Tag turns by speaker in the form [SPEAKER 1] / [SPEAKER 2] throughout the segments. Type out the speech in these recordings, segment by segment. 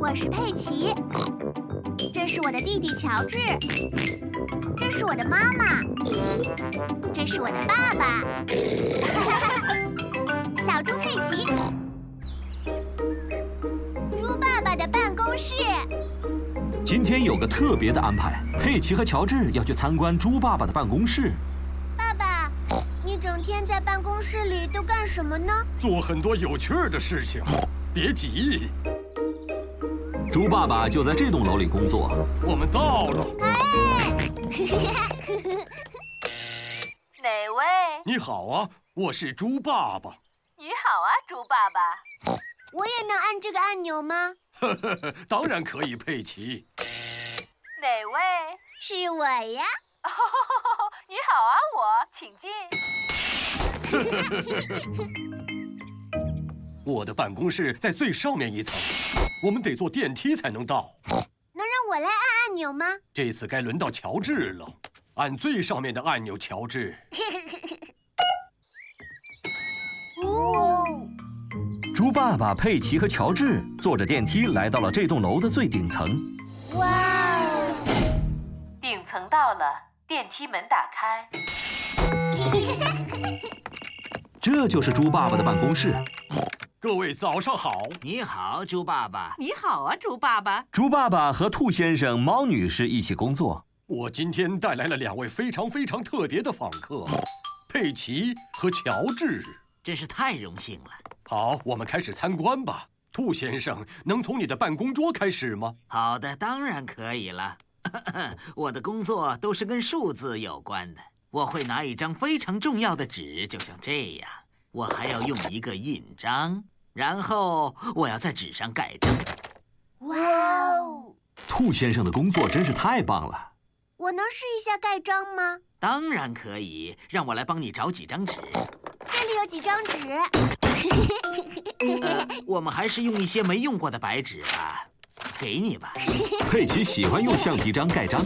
[SPEAKER 1] 我是佩奇，这是我的弟弟乔治，这是我的妈妈，这是我的爸 爸，小猪佩奇，猪爸爸的办公室。
[SPEAKER 2] 今天有个特别的安排，佩奇和乔治要去参观猪爸爸的办公室。
[SPEAKER 1] 爸爸，你整天在办公室里都干什么呢？
[SPEAKER 3] 做很多有趣儿的事情，别急，
[SPEAKER 2] 猪爸爸就在这栋楼里工作。
[SPEAKER 3] 我们到了。
[SPEAKER 4] 哪位？
[SPEAKER 3] 你好啊，我是猪爸爸。
[SPEAKER 4] 你好啊，猪爸爸。
[SPEAKER 1] 我也能按这个按钮吗？
[SPEAKER 3] 呵呵呵，当然可以，佩奇。
[SPEAKER 4] 哪位？
[SPEAKER 1] 是我呀。
[SPEAKER 4] 你好啊，我，请进。
[SPEAKER 3] 我的办公室在最上面一层，我们得坐电梯才能到。
[SPEAKER 1] 能让我来按按钮吗？
[SPEAKER 3] 这次该轮到乔治了，按最上面的按钮，乔治。
[SPEAKER 1] 哦，
[SPEAKER 2] 猪爸爸、佩奇和乔治坐着电梯来到了这栋楼的最顶层。
[SPEAKER 1] 哇哦！
[SPEAKER 4] 顶层到了，电梯门打开。
[SPEAKER 2] 这就是猪爸爸的办公室。
[SPEAKER 3] 各位早上好，
[SPEAKER 5] 你好，猪爸爸。
[SPEAKER 6] 你好啊，猪爸爸。
[SPEAKER 2] 猪爸爸和兔先生、猫女士一起工作。
[SPEAKER 3] 我今天带来了两位非常非常特别的访客，佩奇和乔治。
[SPEAKER 5] 真是太荣幸了。
[SPEAKER 3] 好，我们开始参观吧。兔先生，能从你的办公桌开始吗？
[SPEAKER 5] 好的，当然可以了。 我的工作都是跟数字有关的，我会拿一张非常重要的纸，就像这样。我还要用一个印章，然后我要在纸上盖章。
[SPEAKER 1] 哇哦！
[SPEAKER 2] 兔先生的工作真是太棒了。
[SPEAKER 1] 我能试一下盖章吗？
[SPEAKER 5] 当然可以，让我来帮你找几张纸。
[SPEAKER 1] 这里有几张纸，
[SPEAKER 5] 呃，我们还是用一些没用过的白纸吧，给你吧。
[SPEAKER 2] 佩奇喜欢用橡皮章盖章，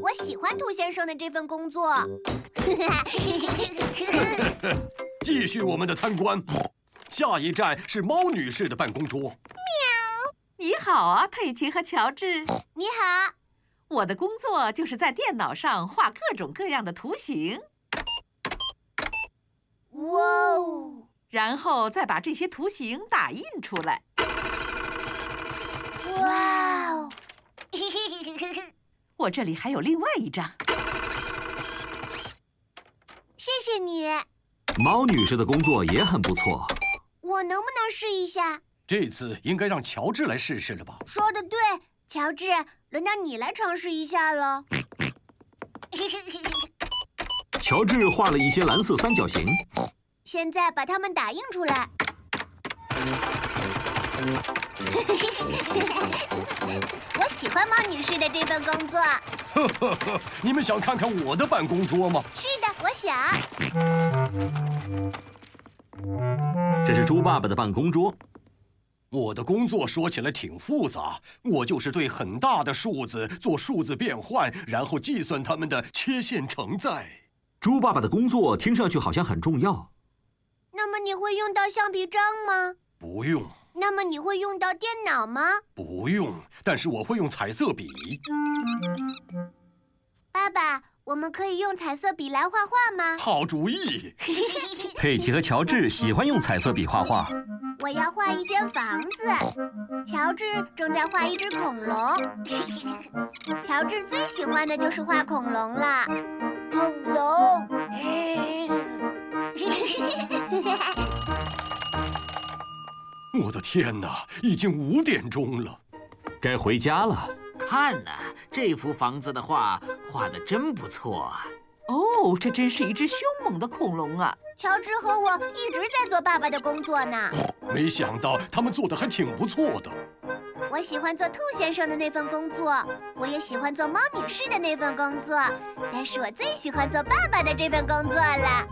[SPEAKER 1] 我喜欢兔先生的这份工作。
[SPEAKER 3] 继续我们的参观。下一站是猫女士的办公桌。
[SPEAKER 6] 你好啊，佩奇和乔治。
[SPEAKER 1] 你好，
[SPEAKER 6] 我的工作就是在电脑上画各种各样的图形，
[SPEAKER 1] 哇哦！
[SPEAKER 6] 然后再把这些图形打印出来。
[SPEAKER 1] 哇哦！
[SPEAKER 6] 我这里还有另外一张。
[SPEAKER 1] 谢谢你，
[SPEAKER 2] 猫女士的工作也很不错。
[SPEAKER 1] 我能不能试一下？
[SPEAKER 3] 这次应该让乔治来试试了吧？
[SPEAKER 1] 说的对，乔治，轮到你来尝试一下了。
[SPEAKER 2] 乔治画了一些蓝色三角形，
[SPEAKER 1] 现在把它们打印出来。 我喜欢猫女士的这份工作。
[SPEAKER 3] 你们想看看我的办公桌吗？
[SPEAKER 1] 是的，我想。
[SPEAKER 2] 这是猪爸爸的办公桌。
[SPEAKER 3] 我的工作说起来挺复杂，我就是对很大的数字做数字变换，然后计算它们的切线承载。
[SPEAKER 2] 猪爸爸的工作听上去好像很重要。
[SPEAKER 1] 那么你会用到橡皮章吗？
[SPEAKER 3] 不用，
[SPEAKER 1] 那么你会用到电脑吗？
[SPEAKER 3] 不用，但是我会用彩色笔。
[SPEAKER 1] 爸爸，我们可以用彩色笔来画画吗？
[SPEAKER 3] 好主意，
[SPEAKER 2] 佩奇和乔治喜欢用彩色笔画画。
[SPEAKER 1] 我要画一间房子。乔治正在画一只恐龙。 乔治最喜欢的就是画恐龙了。恐龙。
[SPEAKER 3] 我的天哪，已经五点钟了。
[SPEAKER 2] 该回家了。
[SPEAKER 5] 看呐、这幅房子的画画的真不错啊。
[SPEAKER 6] 哦，这真是一只凶猛的恐龙啊！
[SPEAKER 1] 乔治和我一直在做爸爸的工作呢。
[SPEAKER 3] 没想到他们做的还挺不错的。
[SPEAKER 1] 我喜欢做兔先生的那份工作，我也喜欢做猫女士的那份工作，但是我最喜欢做爸爸的这份工作了。